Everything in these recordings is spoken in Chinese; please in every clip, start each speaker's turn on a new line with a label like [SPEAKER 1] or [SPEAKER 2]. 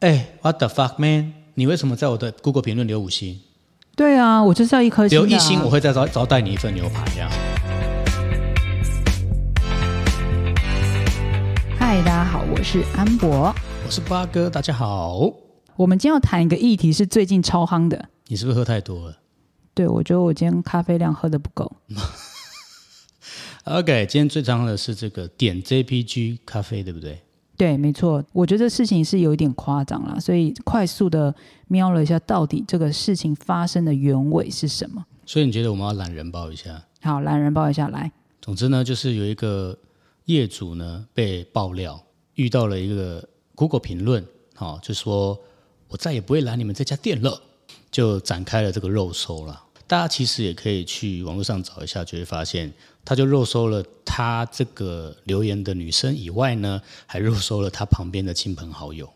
[SPEAKER 1] 哎，What the fuck man？你为什么在我的 Google 评论留五星？
[SPEAKER 2] 对啊，我就是要一颗星、啊。
[SPEAKER 1] 留一星，我会再招招待你一份牛排这样。
[SPEAKER 2] 嗨，大家好，我是安博。
[SPEAKER 1] 我是八哥，大家好。
[SPEAKER 2] 我们今天要谈一个议题，是最近超夯的。
[SPEAKER 1] 你是不是喝太多了
[SPEAKER 2] 对，我觉得我今天咖啡量喝的不够。
[SPEAKER 1] ？OK，今天最常的是这个点 JPG 咖啡，对不对？
[SPEAKER 2] 对，没错，我觉得这事情是有一点夸张啦，所以快速的瞄了一下，到底这个事情发生的原委是什么。
[SPEAKER 1] 所以你觉得我们要懒人包一下？
[SPEAKER 2] 好，懒人包一下来。
[SPEAKER 1] 总之呢，就是有一个业主呢被爆料，遇到了一个 Google 评论，好、就说我再也不会来你们这家店了，就展开了这个肉搜了。大家其实也可以去网络上找一下，就会发现，他就肉搜了他这个留言的女生以外呢，还肉搜了他旁边的亲朋好友。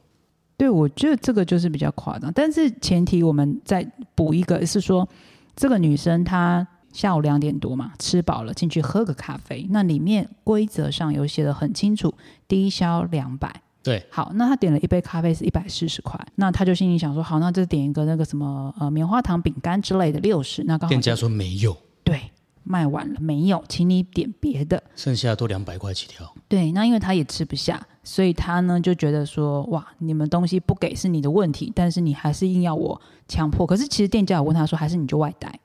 [SPEAKER 2] 对，我觉得这个就是比较夸张，但是前提我们再补一个是说，这个女生她下午两点多嘛，吃饱了进去喝个咖啡，那里面规则上有写的很清楚，低消两百。
[SPEAKER 1] 对，
[SPEAKER 2] 好，那她点了一杯咖啡是一百四十块，那她就心里想说，好，那就点一个那个什么呃棉花糖饼干之类的六十，那刚好
[SPEAKER 1] 店家说没有，
[SPEAKER 2] 对卖完了没有，请你点别的。
[SPEAKER 1] 剩下都两百块起跳。
[SPEAKER 2] 对，那因为他也吃不下，所以他呢就觉得说，哇，你们东西不给是你的问题，但是你还是硬要我强迫。可是其实店家有问他说，还是你就外带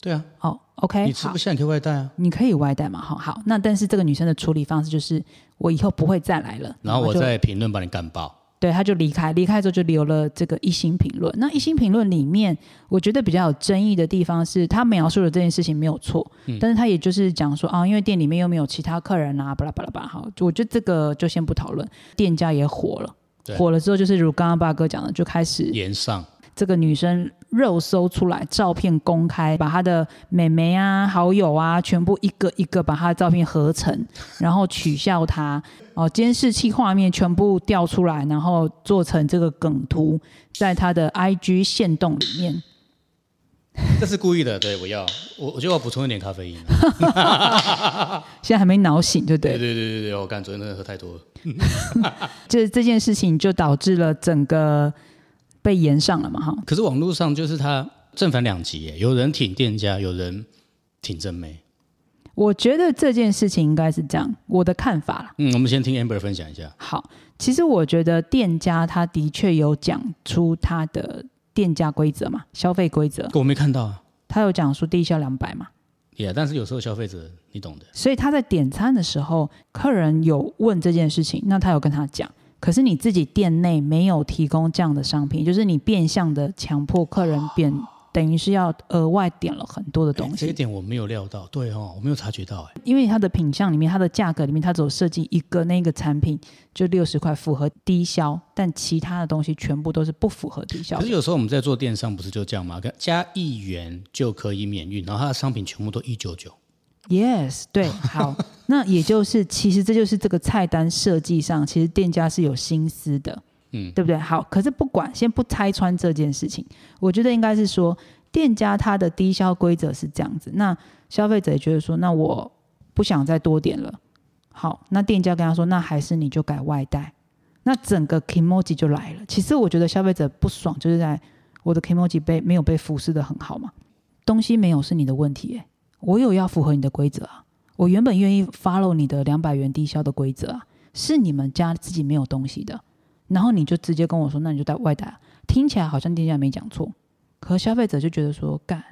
[SPEAKER 1] 对啊，
[SPEAKER 2] 哦，OK，
[SPEAKER 1] 你吃
[SPEAKER 2] 好
[SPEAKER 1] 不，下你可以外带啊。
[SPEAKER 2] 你可以外带嘛，好好。那但是这个女生的处理方式就是，我以后不会再来了。
[SPEAKER 1] 然后我
[SPEAKER 2] 就
[SPEAKER 1] 在评论把你干爆。
[SPEAKER 2] 对，他就离开，离开之后就留了这个一星评论。那一星评论里面，我觉得比较有争议的地方是，他描述的这件事情没有错，但是他也就是讲说啊，因为店里面又没有其他客人啊，巴拉巴拉巴拉。好，我觉得这个就先不讨论。店家也火了
[SPEAKER 1] 对，
[SPEAKER 2] 火了之后就是如刚刚八哥讲的，就开始
[SPEAKER 1] 延上，
[SPEAKER 2] 这个女生肉搜出来，照片公开，把她的美眉啊、好友啊，全部一个一个把她的照片合成，然后取笑她。哦，监视器画面全部调出来，然后做成这个梗图，在她的 IG 线动里面。
[SPEAKER 1] 这是故意的。对我要，我我就要补充一点咖啡因啊、
[SPEAKER 2] 现在还没挠醒，对不
[SPEAKER 1] 对
[SPEAKER 2] 对？
[SPEAKER 1] 对对对对，哦我干，昨天真的喝太多了。
[SPEAKER 2] 这这件事情就导致了整个被延上了嘛，哈。
[SPEAKER 1] 可是网络上就是他正反两极耶，有人挺店家，有人挺正妹。
[SPEAKER 2] 我觉得这件事情应该是这样，我的看法啦。
[SPEAKER 1] 嗯，我们先听 Amber 分享一下。
[SPEAKER 2] 好，其实我觉得店家他的确有讲出他的店家规则嘛，消费规则，
[SPEAKER 1] 我没看到啊，
[SPEAKER 2] 他有讲出低消两百嘛，
[SPEAKER 1] 也、但是有时候消费者你懂的，
[SPEAKER 2] 所以他在点餐的时候，客人有问这件事情，那他有跟他讲。可是你自己店内没有提供这样的商品，就是你变相的强迫客人点，等于是要额外点了很多的东
[SPEAKER 1] 哎这一
[SPEAKER 2] 西，
[SPEAKER 1] 点我没有料到，对哦，我没有察觉到哎。
[SPEAKER 2] 因为它的品相里面，它的价格里面，它只有设计一个那个产品就六十块符合低消，但其他的东西全部都是不符合低消
[SPEAKER 1] 可
[SPEAKER 2] 的
[SPEAKER 1] 是。有时候我们在做电商不是就这样吗？跟加一元就可以免运，然后它的商品全部都一九九。
[SPEAKER 2] Yes，对，好，那也就是其实这就是这个菜单设计上，其实店家是有心思的，
[SPEAKER 1] 嗯，
[SPEAKER 2] 对不对？好，可是不管，先不拆穿这件事情，我觉得应该是说，店家他的低消规则是这样子，那消费者也觉得说，那我不想再多点了，好，那店家跟他说，那还是你就改外带，那整个 emoji 就来了。其实我觉得消费者不爽就是在我的 emoji 被没有被服侍的很好嘛，东西没有是你的问题、欸，我有要符合你的规则啊，我原本愿意 follow 你的两百元低消的规则啊，是你们家自己没有东西的，然后你就直接跟我说，那你就带外带啊，听起来好像店家没讲错，可消费者就觉得说干。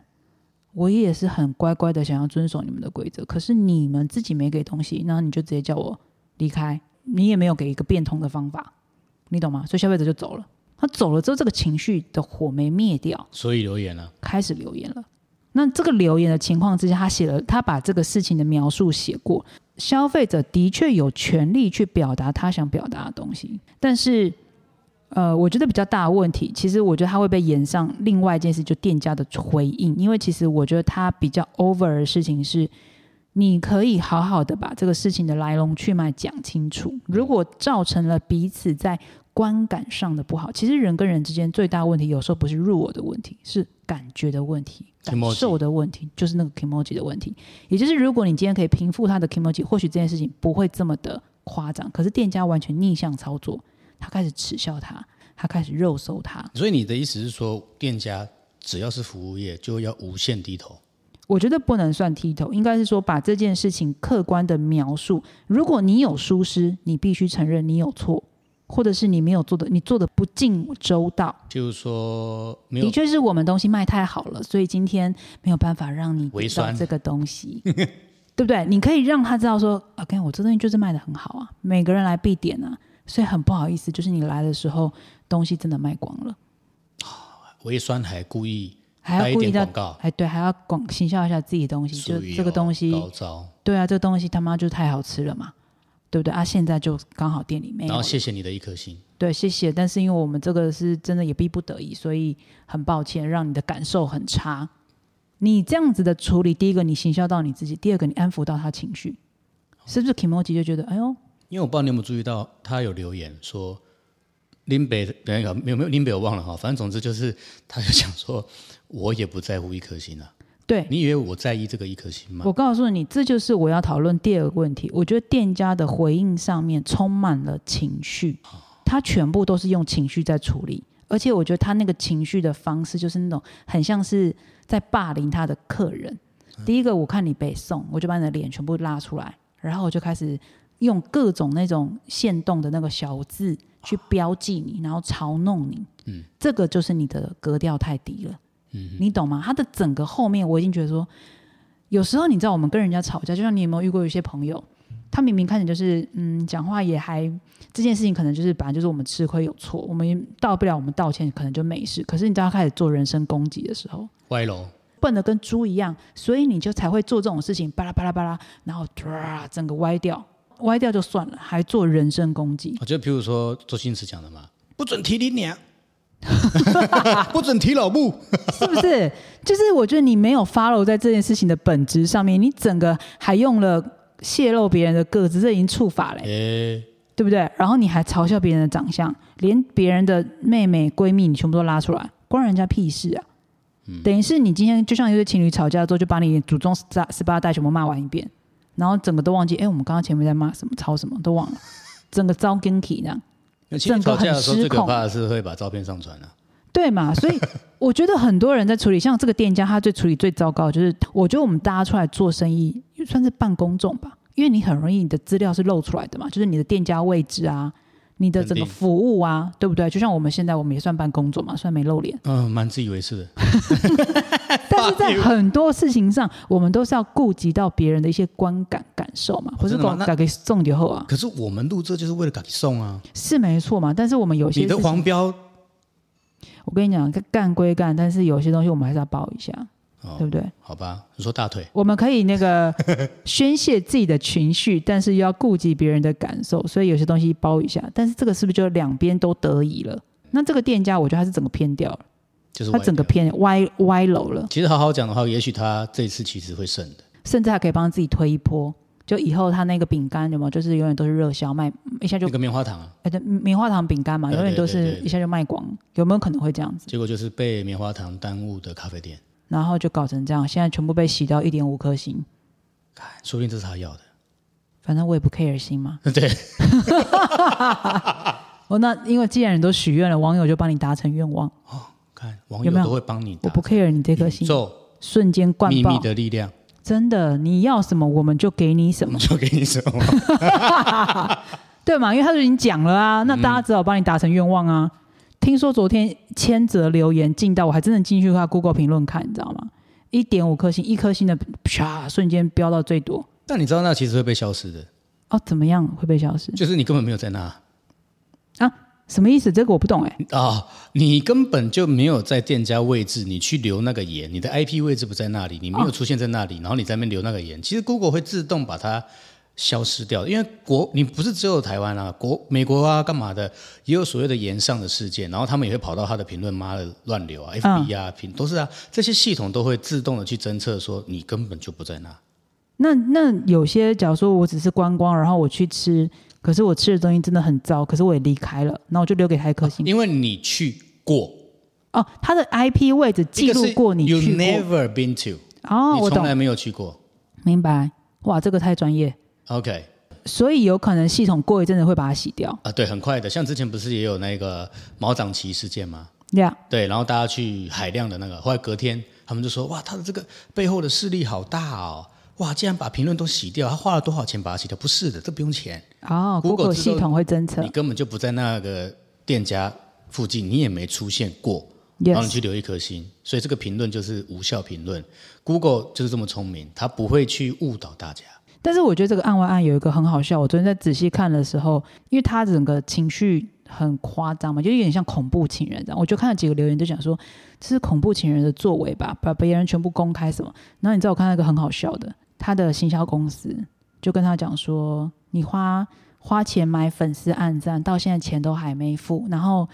[SPEAKER 2] 我也是很乖乖的，想要遵守你们的规则，可是你们自己没给东西，那你就直接叫我离开，你也没有给一个变通的方法，你懂吗？所以消费者就走了。他走了之后，这个情绪的火没灭掉，
[SPEAKER 1] 所以留言啊，
[SPEAKER 2] 开始留言了。那这个留言的情况之下，他写了，他把这个事情的描述写过。消费者的确有权利去表达他想表达的东西，但是，呃，我觉得比较大的问题，其实我觉得他会被延上。另外一件事，就店家的回应，因为其实我觉得他比较 over 的事情是，你可以好好的把这个事情的来龙去脉讲清楚。如果造成了彼此在观感上的不好。其实人跟人之间最大问题，有时候不是入耳的问题，是感觉的问题、感
[SPEAKER 1] Kimoji
[SPEAKER 2] 受的问题，就是那个 emoji 的问题。也就是如果你今天可以平复他的 emoji，或许这件事情不会这么的夸张。可是店家完全逆向操作，他开始耻笑他，他开始肉搜他。
[SPEAKER 1] 所以你的意思是说，店家只要是服务业，就要无限低头。
[SPEAKER 2] 我觉得不能算剃头，应该是说把这件事情客观的描述。如果你有疏失，你必须承认你有错，或者是你没有做的，你做的不尽周到。
[SPEAKER 1] 就是说，没有
[SPEAKER 2] 的确是我们东西卖太好了，所以今天没有办法让你
[SPEAKER 1] 微
[SPEAKER 2] 知道
[SPEAKER 1] 酸
[SPEAKER 2] 这个东西， 对不对？你可以让他知道说啊，看我这东西就是卖的很好啊，每个人来必点啊，所以很不好意思，就是你来的时候东西真的卖光了，
[SPEAKER 1] 微酸还故意
[SPEAKER 2] 还
[SPEAKER 1] 带
[SPEAKER 2] 要
[SPEAKER 1] 一
[SPEAKER 2] 故意
[SPEAKER 1] 点广
[SPEAKER 2] 到
[SPEAKER 1] 告，
[SPEAKER 2] 哎，对，还要广行销一下自己的东西，就
[SPEAKER 1] 术语
[SPEAKER 2] 这个
[SPEAKER 1] 哦
[SPEAKER 2] 东西
[SPEAKER 1] 高招。
[SPEAKER 2] 对啊，这东西他妈就太好吃了嘛，对不对啊？现在就刚好店里没
[SPEAKER 1] 然
[SPEAKER 2] 有
[SPEAKER 1] 后
[SPEAKER 2] 了，
[SPEAKER 1] 谢谢你的一颗心。
[SPEAKER 2] 对，谢谢。但是因为我们这个是真的也逼不得已，所以很抱歉让你的感受很差。你这样子的处理，第一个你行销到你自己，第二个你安抚到他情绪，
[SPEAKER 1] 哦
[SPEAKER 2] 是不是 Kimoji 就觉得哎呦，
[SPEAKER 1] 因为我不知道你有没有注意到，他有留言说林北等一下没有没有林北我忘了哈，反正总之就是他就想说，我也不在乎一颗星 啊，
[SPEAKER 2] 对
[SPEAKER 1] 你以为我在意这个一颗星吗？
[SPEAKER 2] 我告诉你，这就是我要讨论第二个问题。我觉得店家的回应上面充满了情绪，他全部都是用情绪在处理，而且我觉得他那个情绪的方式就是那种很像是在霸凌他的客人。第一个，我看你被送，我就把你的脸全部拉出来，然后我就开始用各种那种限动的那个小字去标记你，然后嘲弄你。嗯，这个就是你的格调太低了。嗯，你懂吗？他的整个后面，我已经觉得说，有时候你知道，我们跟人家吵架，就像你有没有遇过有些朋友，他明明看起来就是嗯，讲话也还这件事情可能就是本来就是我们吃亏有错，我们到不了我们道歉可能就没事。可是你知道他开始做人身攻击的时候，
[SPEAKER 1] 歪楼，
[SPEAKER 2] 笨的跟猪一样，所以你就才会做这种事情，巴拉巴拉巴拉，然后唰整个歪掉，歪掉就算了，还做人身攻击。
[SPEAKER 1] 哦我就比如说周星驰讲的嘛，不准提你 娘，不准提老母，
[SPEAKER 2] 是不是？ 就是我觉得你没有 follow 在这件事情的本质上面，你整个还用了泄露别人的个子，这已经触法嘞、欸
[SPEAKER 1] 诶，
[SPEAKER 2] 对不对？然后你还嘲笑别人的长相，连别人的妹妹闺蜜你全部都拉出来，关人家屁事啊！等于是你今天就像一对情侣吵架之后，就把你祖宗十八十八代全部骂完一遍，然后整个都忘记，哎，我们刚刚前面在骂什么，吵什么都忘了，整个遭 ganky 这样。
[SPEAKER 1] 那其实吵架的时候最
[SPEAKER 2] 整个很失
[SPEAKER 1] 可
[SPEAKER 2] 控
[SPEAKER 1] 怕的是会把照片上传啊。
[SPEAKER 2] 对 嘛？所以我觉得很多人在处理，像这个店家，他最处理最糟糕的就是，我觉得我们大家出来做生意，算是半公众吧，因为你很容易你的资料是露出来的嘛，就是你的店家位置啊，你的整
[SPEAKER 1] 肯
[SPEAKER 2] 个
[SPEAKER 1] 定
[SPEAKER 2] 服务啊，对不对？就像我们现在，我们也算半公众嘛，虽然没 露脸，
[SPEAKER 1] 嗯，蛮自以为是的。
[SPEAKER 2] 但是在很多事情上，我们都是要顾及到别人的一些观感感受嘛，不是
[SPEAKER 1] 哦真的吗
[SPEAKER 2] 光打给送酒后啊，
[SPEAKER 1] 可是我们录这就是为了给你送啊！
[SPEAKER 2] 是没错嘛。但是我们有些
[SPEAKER 1] 你的
[SPEAKER 2] 事情，
[SPEAKER 1] 黄标，
[SPEAKER 2] 我跟你讲，干归干，但是有些东西我们还是要报一下，
[SPEAKER 1] 哦
[SPEAKER 2] 对不对？
[SPEAKER 1] 好吧，你说大腿，
[SPEAKER 2] 我们可以 那个宣泄自己的情绪，但是又要顾及别人的感受，所以有些东西包一下。但是这个是不是就两边都得以了？那这个店家，我觉得他是整个偏掉了，
[SPEAKER 1] 就是
[SPEAKER 2] 他
[SPEAKER 1] 歪
[SPEAKER 2] 整个
[SPEAKER 1] 掉。
[SPEAKER 2] 偏歪歪楼了，
[SPEAKER 1] 其实好好讲的话，也许他这次其实会胜的。
[SPEAKER 2] 甚至还可以帮自己推一波。就以后他那个饼干有没有，就是永远都是热销卖，一下就
[SPEAKER 1] 那个棉花糖啊，
[SPEAKER 2] 哎对棉花糖饼干嘛，
[SPEAKER 1] 对
[SPEAKER 2] 永远都
[SPEAKER 1] 对对
[SPEAKER 2] 是
[SPEAKER 1] 对对
[SPEAKER 2] 一下就卖光，有没有可能会这样子？
[SPEAKER 1] 结果就是被棉花糖耽误的咖啡店，
[SPEAKER 2] 然后就搞成这样，现在全部被洗到一点五颗星，
[SPEAKER 1] 看，说不定这是他要的。
[SPEAKER 2] 反正我也不 care 星嘛。
[SPEAKER 1] 对，
[SPEAKER 2] 哦，那因为既然你都许愿了，网友就帮你达成愿望，
[SPEAKER 1] 看网友
[SPEAKER 2] 有没有
[SPEAKER 1] 都会帮你打。
[SPEAKER 2] 我不 care 你这颗
[SPEAKER 1] 宇
[SPEAKER 2] 星。
[SPEAKER 1] 宙
[SPEAKER 2] 瞬间灌
[SPEAKER 1] 嗯秘密
[SPEAKER 2] 爆，
[SPEAKER 1] 的力量，
[SPEAKER 2] 真的，你要什么我们就给你什
[SPEAKER 1] 我
[SPEAKER 2] 么
[SPEAKER 1] 们， 就给你什么？
[SPEAKER 2] 对嘛？因为他都已经讲了
[SPEAKER 1] 嗯
[SPEAKER 2] 啊，那大家只好帮你达成愿望啊。听说昨天千则留言进到，我还真的进去看 Google 评论看，你知道吗？一点五颗星，一颗星的啪，瞬间飙到最多
[SPEAKER 1] 但你知道那其实会被消失的，
[SPEAKER 2] 哦，怎么样会被消失？
[SPEAKER 1] 就是你根本没有在那啊、
[SPEAKER 2] 什么意思？这个我不懂哎、
[SPEAKER 1] 你根本就没有在店家位置，你去留那个言，你的 IP 位置不在那里，你
[SPEAKER 2] 哦
[SPEAKER 1] 没有出现在那里，然后你在那边留那个言，其实 Google 会自动把它消失掉，因为国你不是只有台湾啊，国美国啊干嘛的，也有所谓的言上的事件，然后他们也会跑到他的评论妈的乱流
[SPEAKER 2] 嗯
[SPEAKER 1] 啊，FB 啊评都是啊，这些系统都会自动的去侦测说你根本就不在
[SPEAKER 2] 嗯
[SPEAKER 1] 那，
[SPEAKER 2] 那那有些，假如说我只是观光，然后我去吃，可是我吃的东西真的很糟，可是我也离开了，那我就留给他一颗星
[SPEAKER 1] 因为你去过，
[SPEAKER 2] 哦。他的 IP 位置记录过你
[SPEAKER 1] 一个是
[SPEAKER 2] 去
[SPEAKER 1] You
[SPEAKER 2] 过
[SPEAKER 1] never been to，
[SPEAKER 2] 哦，
[SPEAKER 1] 你
[SPEAKER 2] 我
[SPEAKER 1] 从
[SPEAKER 2] 懂，
[SPEAKER 1] 来没有去过。
[SPEAKER 2] 明白。哇，这个太专业。
[SPEAKER 1] OK，
[SPEAKER 2] 所以有可能系统过一阵子会把它洗掉。
[SPEAKER 1] 啊，对，很快的。像之前不是也有那个毛长旗事件吗？
[SPEAKER 2] 这样，
[SPEAKER 1] 对，然后大家去海量的那个，后来隔天他们就说，哇，他的这个背后的势力好大哦，哇，竟然把评论都洗掉，他花了多少钱把它洗掉？不是的，这不用钱，
[SPEAKER 2] 哦
[SPEAKER 1] Google
[SPEAKER 2] ，Google
[SPEAKER 1] 自动
[SPEAKER 2] 系统会侦测
[SPEAKER 1] 你根本就不在那个店家附近，你也没出现过。然后你
[SPEAKER 2] ，yes，
[SPEAKER 1] 去留一颗星，所以这个评论就是无效评论。Google 就是这么聪明，它不会去误导大家。
[SPEAKER 2] 但是我觉得这个案外案有一个很好笑，我昨天在仔细看的时候，因为他整个情绪很夸张嘛，就有点像恐怖情人这样。我就看了几个留言，就讲说这是恐怖情人的作为吧，把别人全部公开什么。然后你知道我看到一个很好笑的，他的行销公司就跟他讲说，你花花钱买粉丝暗赞，到现在钱都还没付，然后。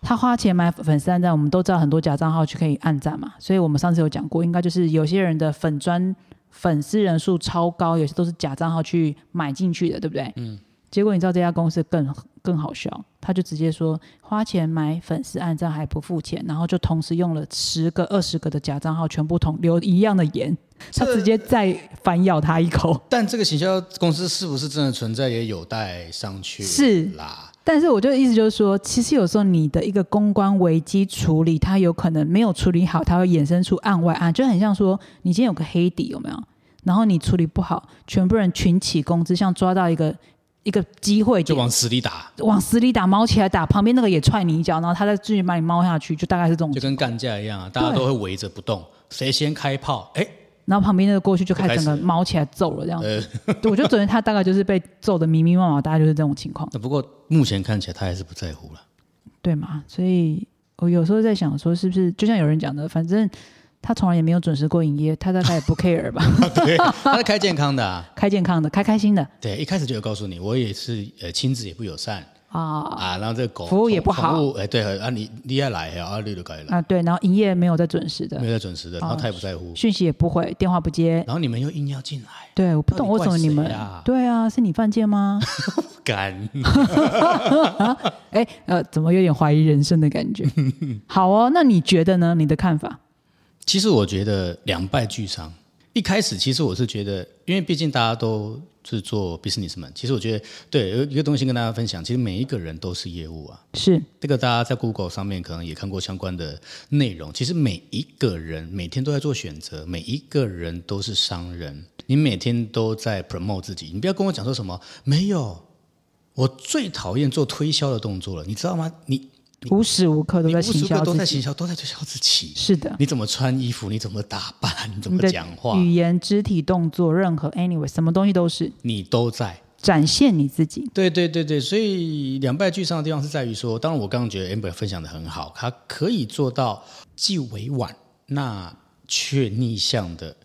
[SPEAKER 2] 他花钱买粉丝暗赞，我们都知道很多假账号去可以暗赞嘛，所以我们上次有讲过，应该就是有些人的粉砖粉丝人数超高，有些都是假账号去买进去的，对不对？嗯。结果你知道这家公司更更好笑，他就直接说花钱买粉丝按赞还不付钱，然后就同时用了十个二十个的假账号，全部同留一样的言，他直接再反咬他一口。
[SPEAKER 1] 但这个行销公司是不是真的存在，也有待商榷。
[SPEAKER 2] 是
[SPEAKER 1] 啦，
[SPEAKER 2] 但是我就意思就是说，其实有时候你的一个公关危机处理，它有可能没有处理好，它会衍生出案外案，就很像说你今天有个黑底有没有？然后你处理不好，全部人群起攻之，像抓到一个一个机会
[SPEAKER 1] 就
[SPEAKER 2] 点，
[SPEAKER 1] 往死里打，
[SPEAKER 2] 往死里打，猫起来打，旁边那个也踹你一脚，然后他再继续把你猫下去，就大概是这种
[SPEAKER 1] 就。跟干架一样啊，大家
[SPEAKER 2] 对
[SPEAKER 1] 都会围着不动，谁先开炮，哎，
[SPEAKER 2] 然后旁边那个过去就开始
[SPEAKER 1] 就
[SPEAKER 2] 整个
[SPEAKER 1] 开始了
[SPEAKER 2] 猫起来揍了这样子。对我觉得昨天他大概就是被揍的迷迷茫茫，大概就是这种情况，
[SPEAKER 1] 那不过目前看起来他还是不在 乎了。
[SPEAKER 2] 对吗？所以我有时候在想说，是不是就像有人讲的，反正他从来也没有准时过营业，他大概也不 care 吧，
[SPEAKER 1] 对，他在开健康的、啊。
[SPEAKER 2] 开健康的，开开心的
[SPEAKER 1] 对，一开始就有告诉你，我也是呃亲子也不友善
[SPEAKER 2] 啊
[SPEAKER 1] 啊，然后这个狗
[SPEAKER 2] 服务也不好
[SPEAKER 1] 宠物哎对啊，你你也来啊，绿的该来，
[SPEAKER 2] 啊对，然后营业没有在准时
[SPEAKER 1] 没
[SPEAKER 2] 的，
[SPEAKER 1] 有在准时的，然后
[SPEAKER 2] 哦
[SPEAKER 1] 他也不在乎，
[SPEAKER 2] 讯息也不回，电话不接。
[SPEAKER 1] 然后你们又硬要进来，
[SPEAKER 2] 对，我不懂为什么你们
[SPEAKER 1] 到底怪谁啊
[SPEAKER 2] 对啊，是你犯贱吗？
[SPEAKER 1] 不敢。
[SPEAKER 2] 哎，呃，怎么有点怀疑人生的感觉？ 好哦，那你觉得呢？你的看法？
[SPEAKER 1] 其实我觉得两败俱伤。一开始其实我是觉得，因为毕竟大家都是做 businessman，其实我觉得对有一个东西跟大家分享，其实每一个人都是业务啊。
[SPEAKER 2] 是
[SPEAKER 1] 这个大家在 Google 上面可能也看过相关的内容。其实每一个人每天都在做选择，每一个人都是商人，你每天都在 promote 自己。你不要跟我讲说什么没有，我最讨厌做推销的动作了，你知道吗？你
[SPEAKER 2] 无时无刻都
[SPEAKER 1] 你
[SPEAKER 2] 在
[SPEAKER 1] 无时无
[SPEAKER 2] 行
[SPEAKER 1] 刻
[SPEAKER 2] 销
[SPEAKER 1] 都
[SPEAKER 2] 自
[SPEAKER 1] 在
[SPEAKER 2] 己。
[SPEAKER 1] 行销，都在推销自己。
[SPEAKER 2] 是的，
[SPEAKER 1] 你怎么穿衣服？你怎么打扮？你怎么
[SPEAKER 2] 你的
[SPEAKER 1] 讲话？
[SPEAKER 2] 语言、肢体动作，任何 anyway 什么东西都是
[SPEAKER 1] 你都在。
[SPEAKER 2] 展现你自己。
[SPEAKER 1] 对对对对，所以两败俱伤的地方是在于说，当然我刚刚觉得 Amber 分享的很好，他可以做到既委婉，那却逆向的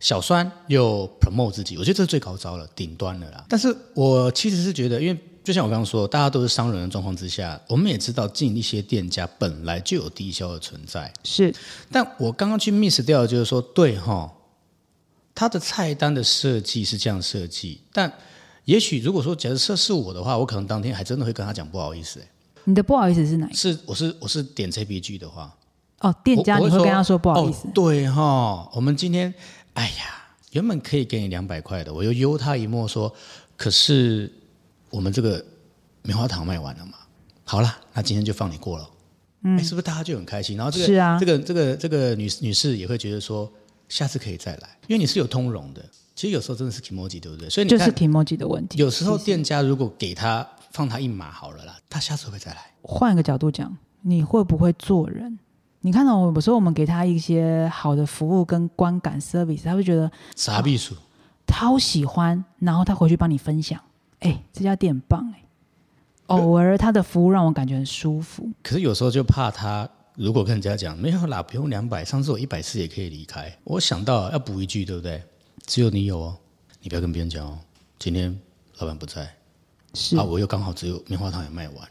[SPEAKER 1] 小酸又 promote 自己，我觉得这是最高招了，顶端了啦。但是我其实是觉得，因为就像我刚刚说，大家都是商人的状况之下，我们也知道进一些店家本来就有低消的存在，
[SPEAKER 2] 是
[SPEAKER 1] 但我刚刚去 miss 掉的就是说，对哈、它的菜单的设计是这样设计，但也许如果说假设是我的话，我可能当天还真的会跟他讲不好意思、欸
[SPEAKER 2] 你的不好意思是哪一个？
[SPEAKER 1] 是我是我是点 JPG 的话，
[SPEAKER 2] 哦，店家
[SPEAKER 1] 我
[SPEAKER 2] 你
[SPEAKER 1] 我
[SPEAKER 2] 会跟他说不好意思
[SPEAKER 1] 哦、，对哈、我们今天哎呀，原本可以给你两百块的，我又悠他一默说，可是我们这个棉花糖卖完了嘛，好啦，那今天就放你过了。嗯，是不是大家就很开心？然后这个
[SPEAKER 2] 是啊
[SPEAKER 1] 这个这个这个女女士也会觉得说，下次可以再来，因为你是有通融的。其实有时候真的是 emoji，对不对？所以你
[SPEAKER 2] 就
[SPEAKER 1] 看，
[SPEAKER 2] 是 emoji 的问题。
[SPEAKER 1] 有时候店家如果给他放他一马好了啦，他下次会不会再来？
[SPEAKER 2] 换一个角度讲，你会不会做人？你看到我有时候我们给他一些好的服务跟观感 service，他会觉得
[SPEAKER 1] 傻秘书，
[SPEAKER 2] 超喜欢，然后他回去帮你分享。哎，这家店很棒哎，
[SPEAKER 1] 呃
[SPEAKER 2] 偶尔他的服务让我感觉很舒服。
[SPEAKER 1] 可是有时候就怕他，如果跟人家讲没有啦，不用两百，上次我一百次也可以离开。我想到要补一句，对不对？只有你有哦，你不要跟别人讲哦。今天老板不在
[SPEAKER 2] 是
[SPEAKER 1] 啊，我又刚好只有棉花糖也卖完。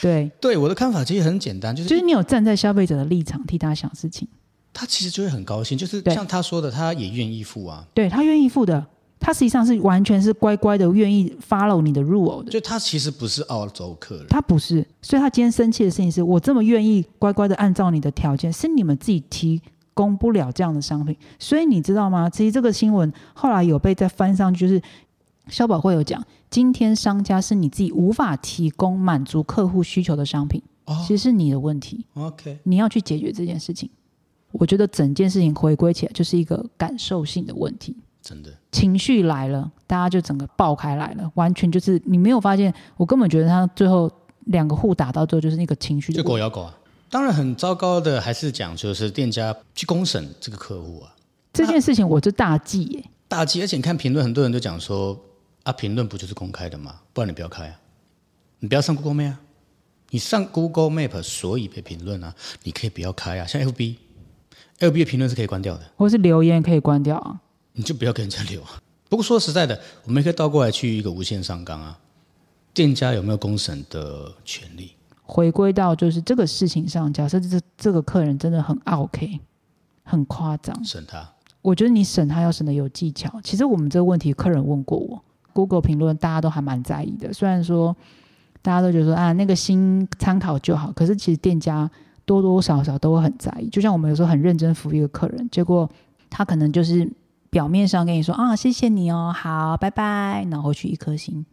[SPEAKER 2] 对，
[SPEAKER 1] 对我的看法其实很简单，就
[SPEAKER 2] 就是是你有站在消费者的立场替他想事情。
[SPEAKER 1] 他其实就会很高兴，就是
[SPEAKER 2] 对
[SPEAKER 1] 像他说的，他也愿意付啊。
[SPEAKER 2] 对他愿意付的，他实际上是完全是乖乖的愿意 follow 你的入偶的。
[SPEAKER 1] 就他其实不是澳洲客人，
[SPEAKER 2] 他不是，所以他今天生气的事情是我这么愿意乖乖的按照你的条件，是你们自己提供不了这样的商品。所以你知道吗？其实这个新闻后来有被再翻上去，就是消保会有讲，今天商家是你自己无法提供满足客户需求的商品，
[SPEAKER 1] 哦
[SPEAKER 2] 其实是你的问题，
[SPEAKER 1] ，OK，
[SPEAKER 2] 你要去解决这件事情。我觉得整件事情回归起来就是一个感受性的问题。
[SPEAKER 1] 真的，
[SPEAKER 2] 情绪来了，大家就整个爆开来了，完全就是你没有发现，我根本觉得他最后两个互打到最后就是那个情绪的
[SPEAKER 1] 就狗咬狗啊。当然很糟糕的，还是讲就是店家去公审这个客户啊，
[SPEAKER 2] 这件事情，我就大忌耶、
[SPEAKER 1] 大忌。而且你看评论，很多人都讲说啊，评论不就是公开的吗？不然你不要开啊，你不要上 Google Map 啊，你上 Google Map 所以被评论啊，你可以不要开啊。像 FB，FB 的评论是可以关掉的。
[SPEAKER 2] 或是留言可以关掉啊。
[SPEAKER 1] 你就不要跟人家聊啊。不过说实在的，我们也可以倒过来去一个无限上纲啊。店家有没有公审的权利？
[SPEAKER 2] 回归到就是这个事情上，假设这这个客人真的很 OK，很夸张，
[SPEAKER 1] 审他
[SPEAKER 2] 我觉得你审他要审的有技巧。其实我们这个问题，客人问过我，Google 评论大家都还蛮在意的。虽然说大家都觉得说啊，那个新参考就好，可是其实店家多多少少都会很在意。就像我们有时候很认真服务一个客人，结果他可能就是表面上跟你说啊，谢谢你哦，好，拜拜，然后回去一颗星。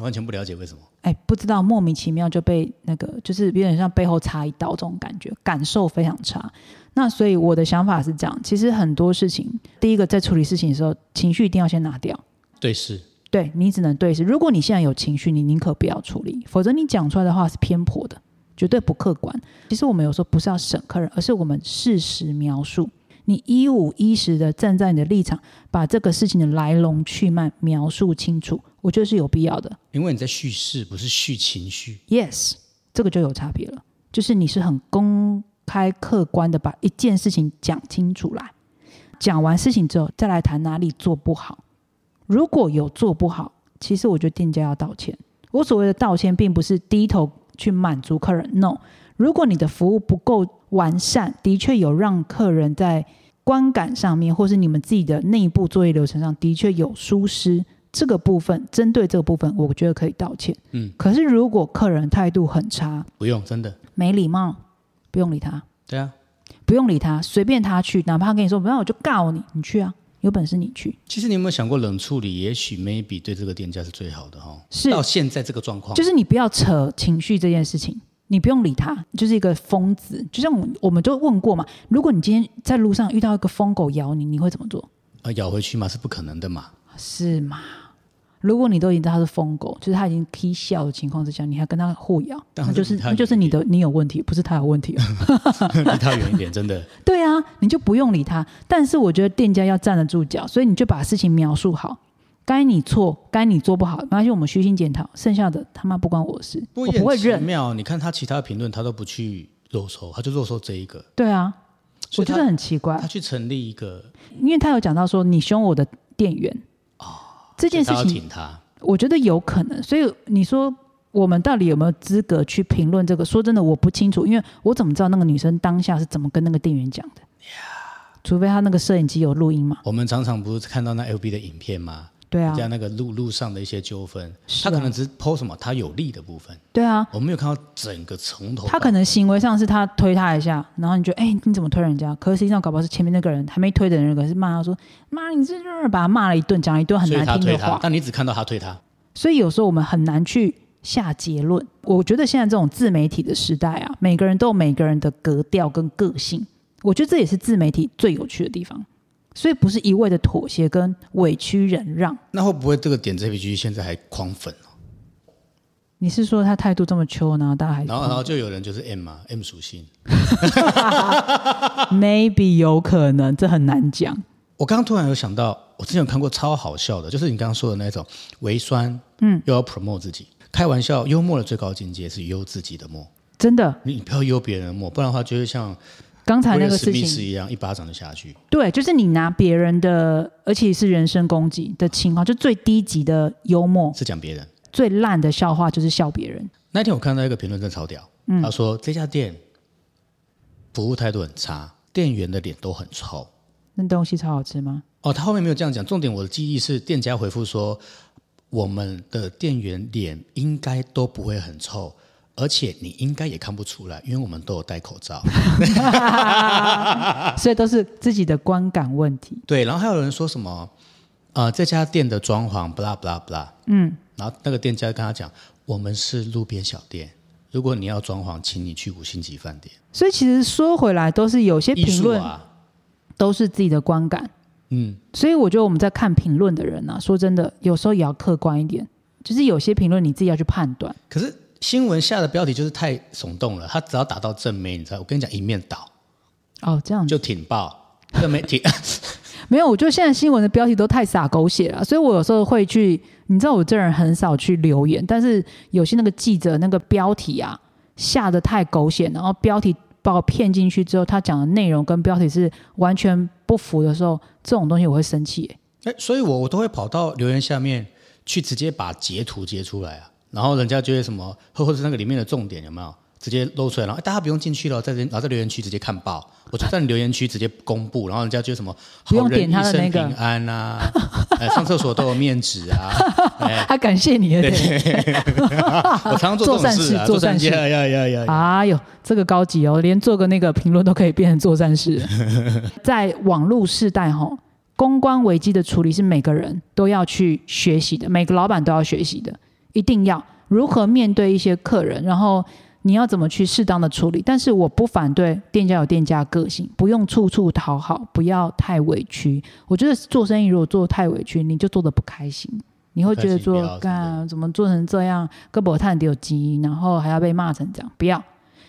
[SPEAKER 1] 完全不了解为什么。
[SPEAKER 2] 哎，不知道莫名其妙就被那个，就是有点像背后插一刀这种感觉，感受非常差。那所以我的想法是这样，其实很多事情，第一个在处理事情的时候，情绪一定要先拿掉。
[SPEAKER 1] 对视，
[SPEAKER 2] 对你只能对视，如果你现在有情绪，你宁可不要处理，否则你讲出来的话是偏颇的，绝对不客观。其实我们有时候不是要审客人，而是我们事实描述，你一五一十的站在你的立场，把这个事情的来龙去脉描述清楚，我觉得是有必要的。
[SPEAKER 1] 因为你在叙事，不是叙情绪。
[SPEAKER 2] Yes，这个就有差别了，就是你是很公开客观的把一件事情讲清楚来，讲完事情之后再来谈哪里做不好。如果有做不好，其实我觉得店家要道歉。我所谓的道歉，并不是低头去满足客人，no。如果你的服务不够完善，的确有让客人在观感上面，或是你们自己的内部作业流程上，的确有疏失。这个部分，针对这个部分，我觉得可以道歉。可是如果客人态度很差、
[SPEAKER 1] 不用，真的。
[SPEAKER 2] 没礼貌，不用理他，
[SPEAKER 1] 对啊，
[SPEAKER 2] 不用理他，随便他去，哪怕跟你说不要，我就告你，你去啊，有本事你去。
[SPEAKER 1] 其实你有没有想过冷处理？也许 maybe 对这个店家是最好的哈、哦。
[SPEAKER 2] 是
[SPEAKER 1] 到现在这个状况，
[SPEAKER 2] 就是你不要扯情绪这件事情，你不用理他，就是一个疯子。就像我们我们就问过嘛，如果你今天在路上遇到一个疯狗咬你，你会怎么做？
[SPEAKER 1] 呃咬回去嘛是不可能的嘛。
[SPEAKER 2] 是吗？如果你都已经知道他是疯狗，就是他已经 k 笑的情况之下，你还跟他互咬，
[SPEAKER 1] 当
[SPEAKER 2] 那
[SPEAKER 1] 然
[SPEAKER 2] 就是
[SPEAKER 1] 是他
[SPEAKER 2] 那就是
[SPEAKER 1] 有
[SPEAKER 2] 你的你有问题，不是他有问题哦。
[SPEAKER 1] 离他远一点，真 的。
[SPEAKER 2] 对啊，你就不用理他。但是我觉得店家要站得住脚，所以你就把事情描述好，该你错，该你做不好，没关系，我们虚心检讨，剩下的他妈不关我的事，
[SPEAKER 1] 不
[SPEAKER 2] 我
[SPEAKER 1] 过也
[SPEAKER 2] 不会
[SPEAKER 1] 很奇
[SPEAKER 2] 认。
[SPEAKER 1] 妙，你看他其他评论，他都不去肉收，他就肉收这一个。
[SPEAKER 2] 对啊，
[SPEAKER 1] 所
[SPEAKER 2] 我
[SPEAKER 1] 以
[SPEAKER 2] 觉
[SPEAKER 1] 他
[SPEAKER 2] 得很奇怪
[SPEAKER 1] 他，去成立一个，
[SPEAKER 2] 因为他有讲到说你凶我的店员
[SPEAKER 1] 哦
[SPEAKER 2] 这件事
[SPEAKER 1] 他要
[SPEAKER 2] 情
[SPEAKER 1] 挺他。
[SPEAKER 2] 我觉得有可能，所以你说我们到底有没有资格去评论这个？说真的，我不清楚，因为我怎么知道那个女生当下是怎么跟那个店员讲的除非她那个摄影机有录音嘛。
[SPEAKER 1] 我们常常不是看到那 LB 的影片吗？
[SPEAKER 2] 对啊
[SPEAKER 1] 人，家那个路路上的一些纠纷，
[SPEAKER 2] 是
[SPEAKER 1] 他可
[SPEAKER 2] 啊，
[SPEAKER 1] 能只是 PO 什么他有利的部分，
[SPEAKER 2] 对啊，
[SPEAKER 1] 我没有看到整个从头到。
[SPEAKER 2] 他可能行为上是他推他一下，然后你觉得哎、你怎么推人家？可是实际上搞不好是前面那个人还没推的人，可能是骂他说妈你这就是把他骂了一顿，讲了一顿很
[SPEAKER 1] 所以
[SPEAKER 2] 难
[SPEAKER 1] 他
[SPEAKER 2] 听
[SPEAKER 1] 推
[SPEAKER 2] 的
[SPEAKER 1] 他
[SPEAKER 2] 话，。
[SPEAKER 1] 但你只看到他推他，
[SPEAKER 2] 所以有时候我们很难去下结论。我觉得现在这种自媒体的时代啊，每个人都有每个人的格调跟个性，我觉得这也是自媒体最有趣的地方。所以不是一味的妥协跟委屈忍让。
[SPEAKER 1] 那会不会这个点 JPG 现在还狂粉哦？
[SPEAKER 2] 你是说他态度这么秋呢？大家还
[SPEAKER 1] 然后然后就有人就是 M 嘛，M 属性。
[SPEAKER 2] maybe 有可能，这很难讲。
[SPEAKER 1] 我刚刚突然有想到，我之前有看过超好笑的，就是你刚刚说的那种微酸，嗯，又要 promote 自己，开玩笑，幽默的最高境界是幽自己的默，
[SPEAKER 2] 真的，
[SPEAKER 1] 你不要幽别人的默，不然的话就会像
[SPEAKER 2] 刚
[SPEAKER 1] 威
[SPEAKER 2] 才那
[SPEAKER 1] 尔
[SPEAKER 2] 个
[SPEAKER 1] 史
[SPEAKER 2] 事
[SPEAKER 1] 密
[SPEAKER 2] 情，
[SPEAKER 1] 斯一样，一巴掌就下去。
[SPEAKER 2] 对，就是你拿别人的，而且是人身攻击的情况，就最低级的幽默，
[SPEAKER 1] 是讲别人。
[SPEAKER 2] 最烂的笑话就是笑别人。
[SPEAKER 1] 那天我看到一个评论真的超屌，
[SPEAKER 2] 嗯
[SPEAKER 1] 他说这家店服务态度很差，店员的脸都很臭。
[SPEAKER 2] 那东西超好吃吗？
[SPEAKER 1] 哦，他后面没有这样讲，重点我的记忆是店家回复说，我们的店员脸应该都不会很臭，而且你应该也看不出来，因为我们都有戴口罩。啊
[SPEAKER 2] 所以都是自己的观感问题。
[SPEAKER 1] 对，然后还有人说什么，呃，这家店的装潢不啦不啦不啦，
[SPEAKER 2] 嗯，
[SPEAKER 1] 然后那个店家跟他讲，我们是路边小店，如果你要装潢，请你去五星级饭店。
[SPEAKER 2] 所以其实说回来，都是有些
[SPEAKER 1] 艺
[SPEAKER 2] 评
[SPEAKER 1] 术
[SPEAKER 2] 论
[SPEAKER 1] 啊，
[SPEAKER 2] 都是自己的观感。
[SPEAKER 1] 嗯，
[SPEAKER 2] 所以我觉得我们在看评论的人啊，说真的，有时候也要客观一点，就是有些评论你自己要去判断。
[SPEAKER 1] 可是新闻下的标题就是太耸动了，他只要打到正妹，你知道，我跟你讲，一面倒
[SPEAKER 2] 哦，这样子
[SPEAKER 1] 就挺爆，正妹挺，
[SPEAKER 2] 没有，我觉得现在新闻的标题都太洒狗血了，所以我有时候会去，你知道我这人很少去留言，但是有些那个记者那个标题啊下的太狗血，然后标题把我骗进去之后，他讲的内容跟标题是完全不符的时候，这种东西我会生气耶、
[SPEAKER 1] 哎，所以我我都会跑到留言下面去，直接把截图截出来啊，然后人家就会什么，或或者是那个里面的重点有没有直接露出来，然后哎大家不用进去了，在这然后在留言区直接看报，我就在留言区直接公布，然后人家就什么
[SPEAKER 2] 不用
[SPEAKER 1] 好人
[SPEAKER 2] 点他的
[SPEAKER 1] 一生
[SPEAKER 2] 那个
[SPEAKER 1] 平安啊， 哎上厕所都有面纸啊，哎，
[SPEAKER 2] 他感谢你对对
[SPEAKER 1] 我常常做这种事啊，
[SPEAKER 2] 做善事
[SPEAKER 1] 做
[SPEAKER 2] 做善
[SPEAKER 1] 呀呀呀呀，
[SPEAKER 2] 哎呦，这个高级哦，连做个那个评论都可以变成做善事。 在网络时代吼，公关危机的处理是每个人都要去学习的，每个老板都要学习的，一定要如何面对一些客人，然后你要怎么去适当的处理。但是我不反对店家有店家个性，不用处处讨好，不要太委屈。我觉得做生意如果做太委屈，你就做的不开心。你会觉得
[SPEAKER 1] 不开心不
[SPEAKER 2] 说
[SPEAKER 1] 要，
[SPEAKER 2] 干怎么做成这样，胳膊探丢鸡，然后还要被骂成这样，不要。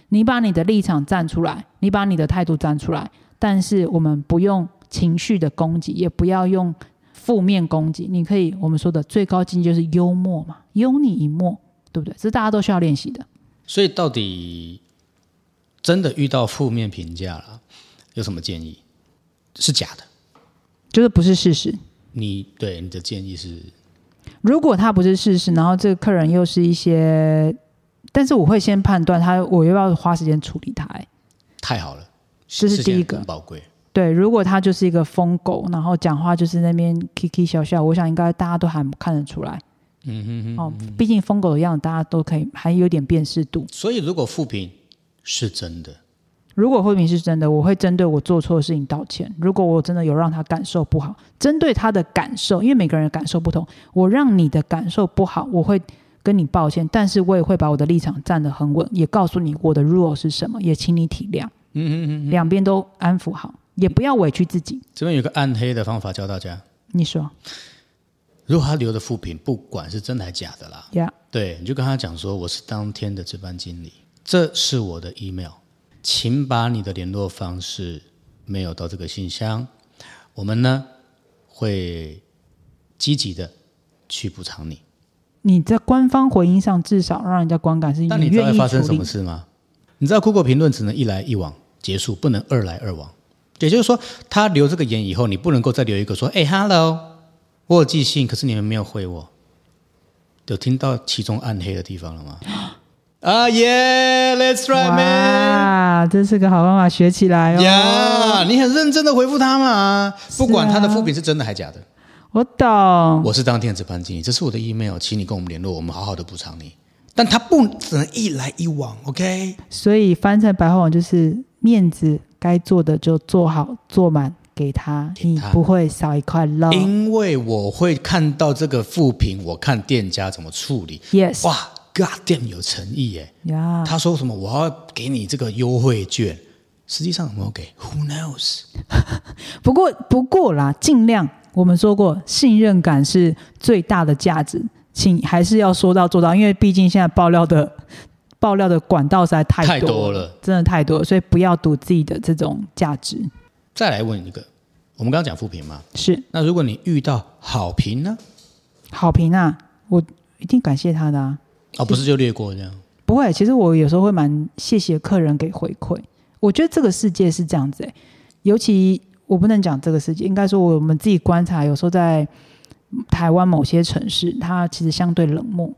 [SPEAKER 2] 你把你的立场站出来，你把你的态度站出来，但是我们不用情绪的攻击，也不要用负面攻击。你可以，我们说的最高境界就是幽默嘛，幽你一默，对不对？这是大家都需要练习的。
[SPEAKER 1] 所以到底真的遇到负面评价了，有什么建议？是假的，
[SPEAKER 2] 就是不是事实。
[SPEAKER 1] 你对你的建议是
[SPEAKER 2] 如果他不是事实，然后这个客人又是一些，但是我会先判断他，我要不要花时间处理他、欸
[SPEAKER 1] 太好了，
[SPEAKER 2] 这是
[SPEAKER 1] 时间
[SPEAKER 2] 第一个
[SPEAKER 1] 很宝贵。
[SPEAKER 2] 对，如果他就是一个疯狗，然后讲话就是那边 kiki 笑笑，我想应该大家都还看得出来。嗯哼哼，哦，毕竟疯狗的样子，大家都可以还有点辨识度。
[SPEAKER 1] 所以如果负评是真的，
[SPEAKER 2] 如果慧敏是真的，我会针对我做错的事情道歉。如果我真的有让他感受不好，针对他的感受，因为每个人的感受不同，我让你的感受不好，我会跟你抱歉，但是我也会把我的立场站得很稳，也告诉你我的 rule 是什么，也请你体谅。嗯嗯嗯，两边都安抚好，也不要委屈自己。
[SPEAKER 1] 这边有个暗黑的方法教大家：
[SPEAKER 2] 你说
[SPEAKER 1] 如果他留的负评，不管是真的还假的啦，
[SPEAKER 2] 呀
[SPEAKER 1] 对，你就跟他讲说我是当天的值班经理，这是我的 email，请把你的联络方式 mail 到这个信箱，我们呢会积极的去补偿你。
[SPEAKER 2] 你在官方回应上至少让人家观感是
[SPEAKER 1] 但你知道
[SPEAKER 2] 愿
[SPEAKER 1] 会
[SPEAKER 2] 意
[SPEAKER 1] 发生
[SPEAKER 2] 处
[SPEAKER 1] 什
[SPEAKER 2] 理
[SPEAKER 1] 么。事吗？你知道 Google 评论只能一来一往结束，不能二来二往。也就是说，他留这个言以后，你不能够再留一个说：“哎、h e l l o 我有寄信，可是你们没有回我。”有听到其中暗黑的地方了吗？ 啊、y e a h t h a t s right, man.
[SPEAKER 2] 哇，这是个好方法，学起来哦。
[SPEAKER 1] 呀、你很认真的回复他嘛，不管他的副评是真的还假的。
[SPEAKER 2] 我懂，
[SPEAKER 1] 我是当天值班经理，这是我的 email，请你跟我们联络，我们好好的补偿你。但他不只能一来一往，OK？
[SPEAKER 2] 所以翻成白话文就是面子该做的就做好做满给他，
[SPEAKER 1] 给他
[SPEAKER 2] 你不会少一块肉。
[SPEAKER 1] 因为我会看到这个负评，我看店家怎么处理。
[SPEAKER 2] Yes，
[SPEAKER 1] 哇，God damn 有诚意耶！
[SPEAKER 2] 呀，
[SPEAKER 1] 他说什么我要给你这个优惠券，实际上有没有给？Who knows？
[SPEAKER 2] 不过不过啦，尽量我们说过，信任感是最大的价值，请还是要说到做到，因为毕竟现在爆料的爆料的管道实在太
[SPEAKER 1] 太
[SPEAKER 2] 多
[SPEAKER 1] 多了，
[SPEAKER 2] 真的太多了，所以不要赌自己的这种价值。
[SPEAKER 1] 再来问一个，我们刚刚讲负评嘛，
[SPEAKER 2] 是
[SPEAKER 1] 那如果你遇到好评呢？
[SPEAKER 2] 好评啊，我一定感谢他的啊。
[SPEAKER 1] 哦，不是就略过这样？
[SPEAKER 2] 不会，其实我有时候会蛮谢谢客人给回馈。我觉得这个世界是这样子、欸，尤其我不能讲这个世界，应该说我们自己观察，有时候在台湾某些城市，它其实相对冷漠，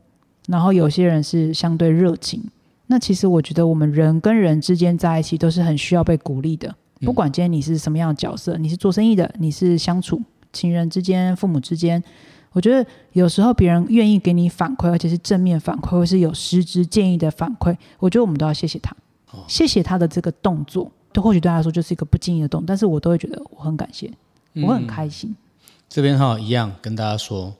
[SPEAKER 2] 然后有些人是相对热情。那其实我觉得我们人跟人之间在一起都是很需要被鼓励的，
[SPEAKER 1] 嗯
[SPEAKER 2] 不管今天你是什么样的角色，你是做生意的，你是相处情人之间、父母之间，我觉得有时候别人愿意给你反馈，而且是正面反馈，或是有实质建议的反馈，我觉得我们都要谢谢他，
[SPEAKER 1] 哦
[SPEAKER 2] 谢谢他的这个动作。就或许对他来说就是一个不经意的动作，但是我都会觉得我很感谢，
[SPEAKER 1] 嗯
[SPEAKER 2] 我会很开心。
[SPEAKER 1] 这边哈一样跟大家说，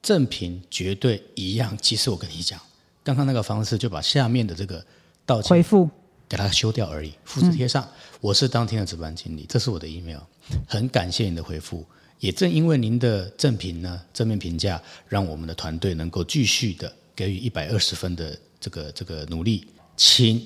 [SPEAKER 1] 正品绝对一样。其实我跟你讲，刚刚那个方式就把下面的这个道歉
[SPEAKER 2] 回复
[SPEAKER 1] 给它修掉而
[SPEAKER 2] 嗯
[SPEAKER 1] 已，复制贴上。我是当天的值班经理，这是我的 email，很感谢你的回复。也正因为您的正评呢，正面评价，让我们的团队能够继续的给予一百二十分的这个这个努力。请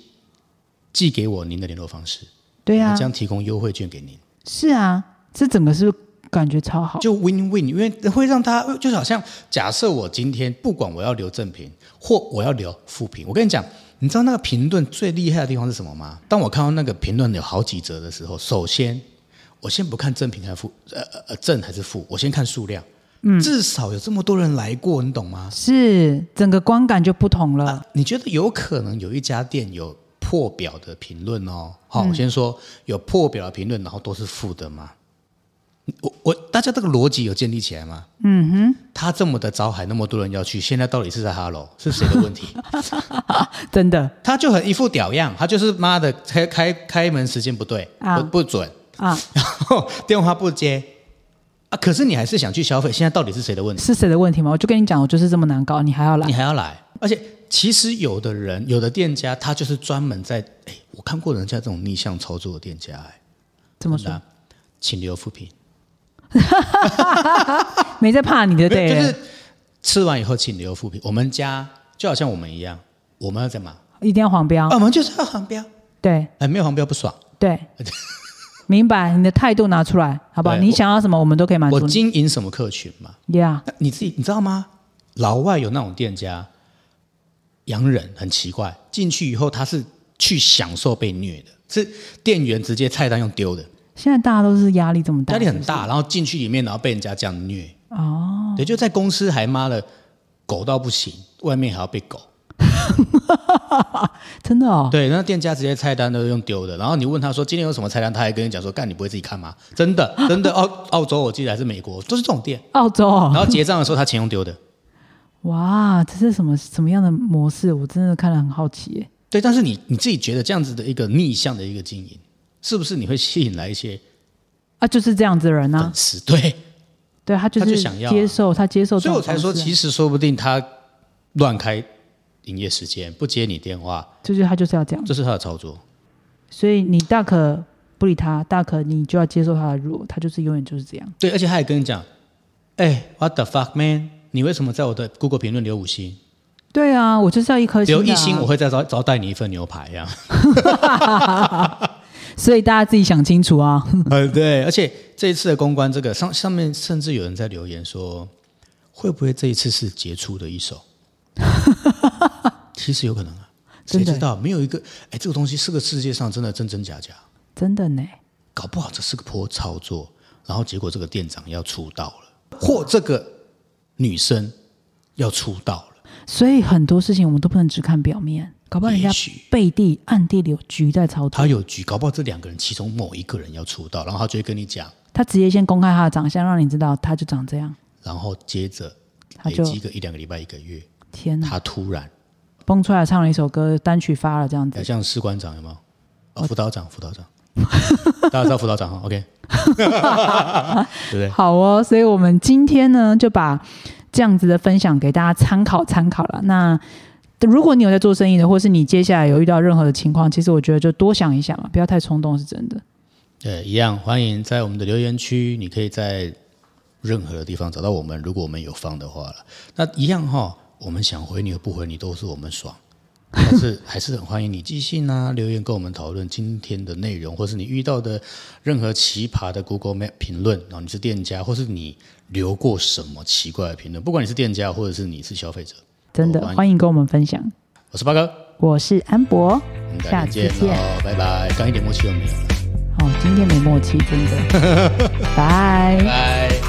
[SPEAKER 1] 寄给我您的联络方式，
[SPEAKER 2] 对
[SPEAKER 1] 我
[SPEAKER 2] 啊
[SPEAKER 1] 们，将提供优惠券给您。
[SPEAKER 2] 是啊，这整个是不是感觉超好。
[SPEAKER 1] 就 win win，因为会让他就是好像假设我今天不管我要留正评或我要留负评，我跟你讲，你知道那个评论最厉害的地方是什么吗？当我看到那个评论有好几则的时候，首先我先不看正评还是负，呃呃呃正还是负，我先看数量，嗯，至少有这么多人来过，你懂吗？啊
[SPEAKER 2] 是整个观感就不同了，
[SPEAKER 1] 你觉得有可能有一家店有破表的评论哦？好、我先说有破表的评论，然后都是负的吗？我我大家这个逻辑有建立起来吗？嗯哼，他这么的招海，那么多人要去，现在到底是在哈喽是谁的问题？
[SPEAKER 2] 真的
[SPEAKER 1] 他就很一副屌样，他就是妈的开开开门时间不对，
[SPEAKER 2] 啊
[SPEAKER 1] 不不准，
[SPEAKER 2] 啊，
[SPEAKER 1] 然后电话不接啊，可是你还是想去消费，现在到底是谁的问题？
[SPEAKER 2] 是谁的问题吗？我就跟你讲，我就是这么难搞，你还要来
[SPEAKER 1] 你，还要来。而且其实有的人，有的店家，他就是专门在，哎，我看过人家这种逆向操作的店家，哎，
[SPEAKER 2] 怎么说？
[SPEAKER 1] 那请留复评，
[SPEAKER 2] 没在怕你的，对
[SPEAKER 1] 就
[SPEAKER 2] 了，
[SPEAKER 1] 是吃完以后请留复评。我们家就好像我们一样，我们要干嘛？
[SPEAKER 2] 一定要黄标
[SPEAKER 1] 啊，，我们就是要黄标，
[SPEAKER 2] 对
[SPEAKER 1] 哎，没有黄标不爽。
[SPEAKER 2] 对，明白你的态度拿出来，好不好？
[SPEAKER 1] 对
[SPEAKER 2] 你想要什么，我们都可以满足
[SPEAKER 1] 我
[SPEAKER 2] 你。
[SPEAKER 1] 经营什么客群嘛？
[SPEAKER 2] Yeah，
[SPEAKER 1] 那你自己你知道吗？老外有那种店家，洋人很奇怪，进去以后他是去享受被虐的，是店员直接菜单用丢的。
[SPEAKER 2] 现在大家都是压力这么大，
[SPEAKER 1] 压力很大，然后进去里面，然后被人家这样虐。哦，对，就在公司还妈的狗到不行，外面还要被狗。
[SPEAKER 2] 真的哦。
[SPEAKER 1] 对，那店家直接菜单都用丢的，然后你问他说今天有什么菜单，他还跟你讲说干你不会自己看吗？真的，真的，澳澳洲我记得还是美国都是这种店，
[SPEAKER 2] 澳洲
[SPEAKER 1] 然
[SPEAKER 2] 哦，
[SPEAKER 1] 后结账的时候他钱用丢的。
[SPEAKER 2] 哇，这是什么什么样的模式？我真的看了很好奇耶。
[SPEAKER 1] 对，但是你你自己觉得这样子的一个逆向的一个经营，是不是你会吸引来一些
[SPEAKER 2] 啊，就是这样子的人
[SPEAKER 1] 粉
[SPEAKER 2] 啊，
[SPEAKER 1] 丝？对，
[SPEAKER 2] 对他就
[SPEAKER 1] 他就是想要啊
[SPEAKER 2] 接受，他接受这
[SPEAKER 1] 所以
[SPEAKER 2] 种
[SPEAKER 1] 我
[SPEAKER 2] 方式啊，
[SPEAKER 1] 才说，其实说不定他乱开营业时间，不接你电话，
[SPEAKER 2] 就是他就是要这样，
[SPEAKER 1] 这是他的操作。
[SPEAKER 2] 所以你大可不理他，大可你就要接受他的弱，他就是永远就是这样。
[SPEAKER 1] 对，而且他还跟你讲，哎、w h a t the fuck man，你为什么在我的 Google 评论留五星？
[SPEAKER 2] 对啊，我就是要一颗星、
[SPEAKER 1] 留
[SPEAKER 2] 啊，
[SPEAKER 1] 一星，我会再招招待你一份牛排呀、
[SPEAKER 2] 所以大家自己想清楚啊。
[SPEAKER 1] 呃，对，而且这一次的公关，这个上上面甚至有人在留言说，会不会这一次是杰出的一手？ 其实有可能啊，谁
[SPEAKER 2] 真的
[SPEAKER 1] 知道？没有一个，哎，这个东西是个世界上真的真真假假，
[SPEAKER 2] 真的呢，
[SPEAKER 1] 搞不好这是个坡操作，然后结果这个店长要出道了，或这个女生要出道了。
[SPEAKER 2] 所以很多事情我们都不能只看表面，搞不好人家
[SPEAKER 1] 也许
[SPEAKER 2] 背地暗地里有局在操作。
[SPEAKER 1] 他有局，搞不好这两个人其中某一个人要出道，然后他就会跟你讲，
[SPEAKER 2] 他直接先公开他的长相，让你知道他就长这样。
[SPEAKER 1] 然后接着
[SPEAKER 2] 他
[SPEAKER 1] 累
[SPEAKER 2] 就嗯
[SPEAKER 1] 积个一两个礼拜、一个月，
[SPEAKER 2] 天哪，
[SPEAKER 1] 他突然，
[SPEAKER 2] 蹦出来唱了一首歌，单曲发了这样子，
[SPEAKER 1] 呃像士官长有没有？哦，辅导长，辅导长，大家知道辅导长哈，OK，对不对？
[SPEAKER 2] 好哦，所以我们今天呢就把这样子的分享给大家参考参考了。那如果你有在做生意的，或是你接下来有遇到任何的情况，其实我觉得就多想一想嘛，不要太冲动，是真的。
[SPEAKER 1] 对，一样欢迎在我们的留言区，你可以在任何的地方找到我们，如果我们有放的话了，那一样哈、我们想回你和不回你都是我们爽，但是还是很欢迎你寄信啊，留言跟我们讨论今天的内容，或是你遇到的任何奇葩的 Google Map 评论，然后你是店家，或是你留过什么奇怪的评论，不管你是店家或者是你是消费者，
[SPEAKER 2] 真
[SPEAKER 1] 我
[SPEAKER 2] 的，
[SPEAKER 1] 欢迎
[SPEAKER 2] 欢迎跟我们分享。
[SPEAKER 1] 我是八哥，
[SPEAKER 2] 我是安博，
[SPEAKER 1] 我们
[SPEAKER 2] 嗯下
[SPEAKER 1] 改
[SPEAKER 2] 次
[SPEAKER 1] 天见
[SPEAKER 2] 见
[SPEAKER 1] 喽，拜拜，刚一点默契都没有了，
[SPEAKER 2] 哦，今天没默契，真的，拜。
[SPEAKER 1] 拜。